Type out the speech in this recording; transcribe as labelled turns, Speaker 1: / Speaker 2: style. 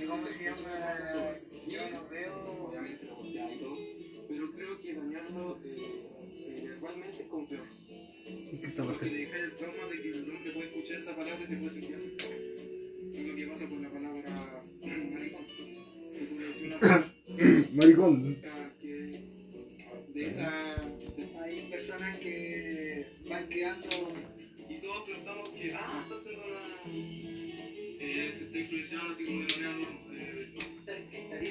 Speaker 1: ¿Y cómo se llama? Yo no veo.
Speaker 2: obviamente lo golpeando, pero creo que dañarlo eh, eh, verbalmente con peor. Porque le deja el trauma de que el hombre puede escuchar esa palabra y se puede sentir afectado. Es lo que pasa con la palabra maricón. Que tú le decís una palabra
Speaker 3: Maricón.
Speaker 2: que de esa.
Speaker 1: Hay personas que van quedando.
Speaker 2: Y todos pensamos que, ah, está haciendo una. Eh, se está influenciando así como de manera normal.